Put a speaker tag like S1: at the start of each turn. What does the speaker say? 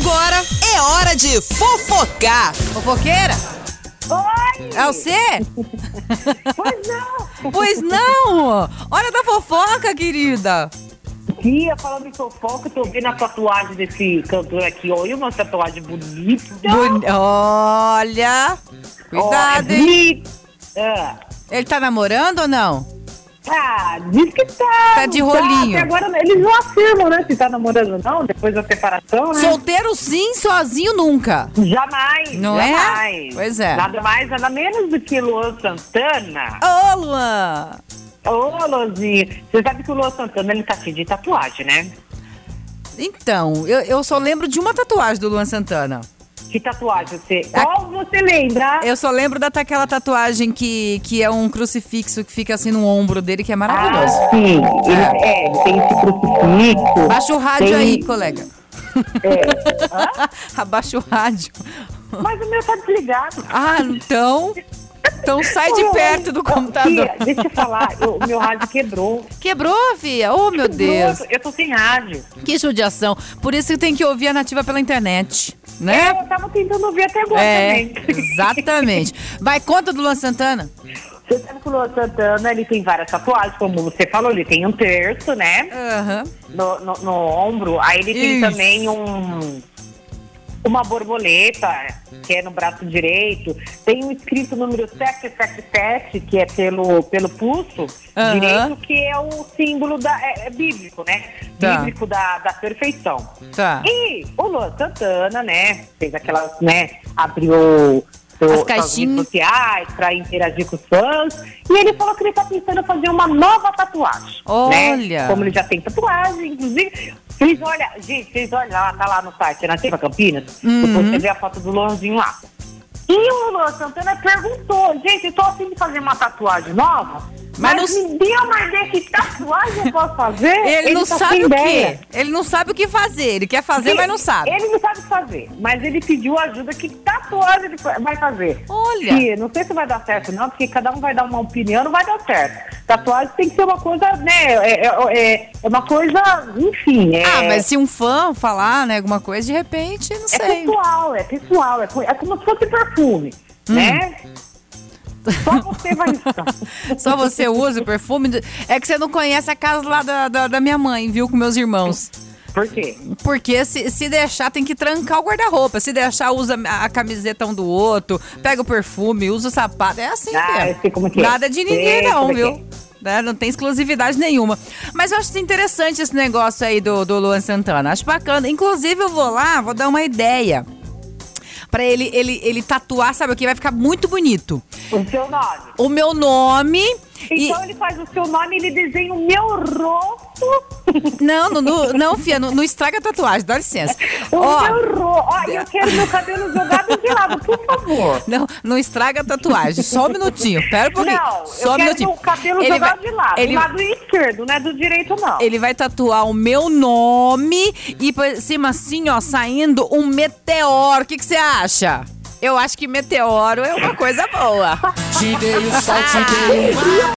S1: Agora é hora de fofocar.
S2: Fofoqueira?
S3: Oi!
S2: É você?
S3: Pois não!
S2: Pois não! Hora da fofoca, querida!
S3: Tia, falando em fofoca, eu tô vendo a tatuagem desse cantor aqui. Olha uma tatuagem bonita.
S2: Boni- Olha!
S3: Ó,
S2: Cuidado,
S3: é
S2: hein?
S3: bonita. Ah,
S2: Ele tá namorando ou não?
S3: tá, diz que tá.
S2: Tá de
S3: não
S2: rolinho.
S3: Até agora eles não afirmam, né? Se tá namorando ou não, depois da separação, né?
S2: Solteiro sim, sozinho nunca.
S3: Jamais.
S2: Não é?
S3: jamais.
S2: Pois é.
S3: Nada mais, nada menos do que Luan Santana.
S2: Ô, Luan!
S3: Ô, Luanzinho, você sabe que o Luan Santana, ele tá cheio de tatuagem, né?
S2: Então, eu, eu só lembro de uma tatuagem do Luan Santana.
S3: Que tatuagem você... Qual você lembra?
S2: Tá- Eu só lembro daquela tatuagem que, que é um crucifixo que fica assim no ombro dele, que é
S3: Ah,
S2: maravilhoso.
S3: sim. Ele, é, tem esse crucifixo.
S2: Abaixa o rádio
S3: tem-
S2: aí, colega.
S3: É.
S2: Abaixa o rádio.
S3: Mas o meu tá desligado.
S2: Ah, então. Então sai de
S3: Ô,
S2: perto do
S3: ô,
S2: computador.
S3: Tia, deixa eu falar, eu- o meu rádio quebrou.
S2: Quebrou, Fia? Oh, meu Deus.
S3: Nossa, Eu tô sem rádio.
S2: Que judiação. Por isso que tem que ouvir a nativa pela internet, né?
S3: É, Eu tava tentando ouvir até agora
S2: É,
S3: também.
S2: exatamente. Vai, conta do Luan Santana.
S3: Você sabe que o Luan Santana, ele tem várias tatuagens, como você falou, ele tem um terço, né?
S2: Aham.
S3: No, no- no ombro. Aí ele tem
S2: Isso.
S3: também um... Uma borboleta, que é no braço direito. Tem um escrito número 777, que é pelo, pelo pulso
S2: Aham.
S3: direito, que é o símbolo da, é, é bíblico, né?
S2: Tá.
S3: Bíblico da, da perfeição.
S2: Tá.
S3: E o Luan Santana, né, fez aquelas, né, abriu o-
S2: As
S3: suas redes
S2: caixinhas.
S3: sociais pra interagir com os fãs. E ele falou que ele tá pensando em fazer uma nova tatuagem.
S2: Olha.
S3: Né? Como ele já tem tatuagem, inclusive. Vocês olham, gente, vocês olham lá, tá lá no site, na Nativa Campinas,
S2: Uhum.
S3: depois você vê a foto do Luanzinho lá. E o Luan Santana perguntou, gente, eu tô afim de fazer uma tatuagem nova,
S2: Mas
S3: mas,
S2: não-
S3: me deu uma ideia que tatuagem eu posso fazer?
S2: Ele, não
S3: tá
S2: sabe
S3: sem
S2: o
S3: ideia.
S2: quê? Ele não sabe o que fazer. Ele quer fazer, mas não sabe.
S3: Ele não sabe fazer, mas ele pediu ajuda que tatuagem ele fa- vai fazer.
S2: Olha.
S3: E não sei se vai dar certo não, porque cada um vai dar uma opinião, não vai dar certo. Tatuagem tem que ser uma coisa, né, é, é- é- é uma coisa, enfim, é...
S2: Ah, mas se um fã falar, né, alguma coisa, de repente, não
S3: É
S2: sei.
S3: pessoal, é pessoal, é, co- é como se fosse perfume,
S2: Hum.
S3: né? Só você vai
S2: Só você usa o perfume. do- É que você não conhece a casa lá da, da, da minha mãe, viu, com meus irmãos.
S3: Por quê?
S2: Porque se, se deixar, tem que trancar o guarda-roupa. Se deixar, usa a, a camiseta um do outro, pega o perfume, usa o sapato. É assim
S3: Ah,
S2: mesmo.
S3: eu sei como que é.
S2: Nada de ninguém,
S3: Sei
S2: não,
S3: como que
S2: viu?
S3: é.
S2: Né, Não tem exclusividade nenhuma. Mas eu acho interessante esse negócio aí do, do Luan Santana. Acho bacana. Inclusive, eu vou lá, vou dar uma ideia. Pra ele, ele, ele tatuar, sabe o que? Vai ficar muito bonito.
S3: O seu nome.
S2: O meu nome. e-
S3: Então ele faz o seu nome, ele desenha o meu rosto.
S2: Não, não, não, não, Fia, não, não estraga a tatuagem, dá licença.
S3: O
S2: Ó,
S3: meu rosto. Ó, eu quero meu cabelo jogado de lado, por favor.
S2: Não, não estraga a tatuagem. Só um minutinho. Pera um pouquinho.
S3: Não,
S2: Só um
S3: eu quero
S2: minutinho.
S3: o cabelo jogado de lado.
S2: Ele,
S3: Do lado esquerdo, não é do direito, não.
S2: ele vai tatuar o meu nome e por cima assim, ó, saindo um meteoro. O que que você acha? Eu acho que meteoro é uma coisa boa.
S4: Te dei o sol, te dei o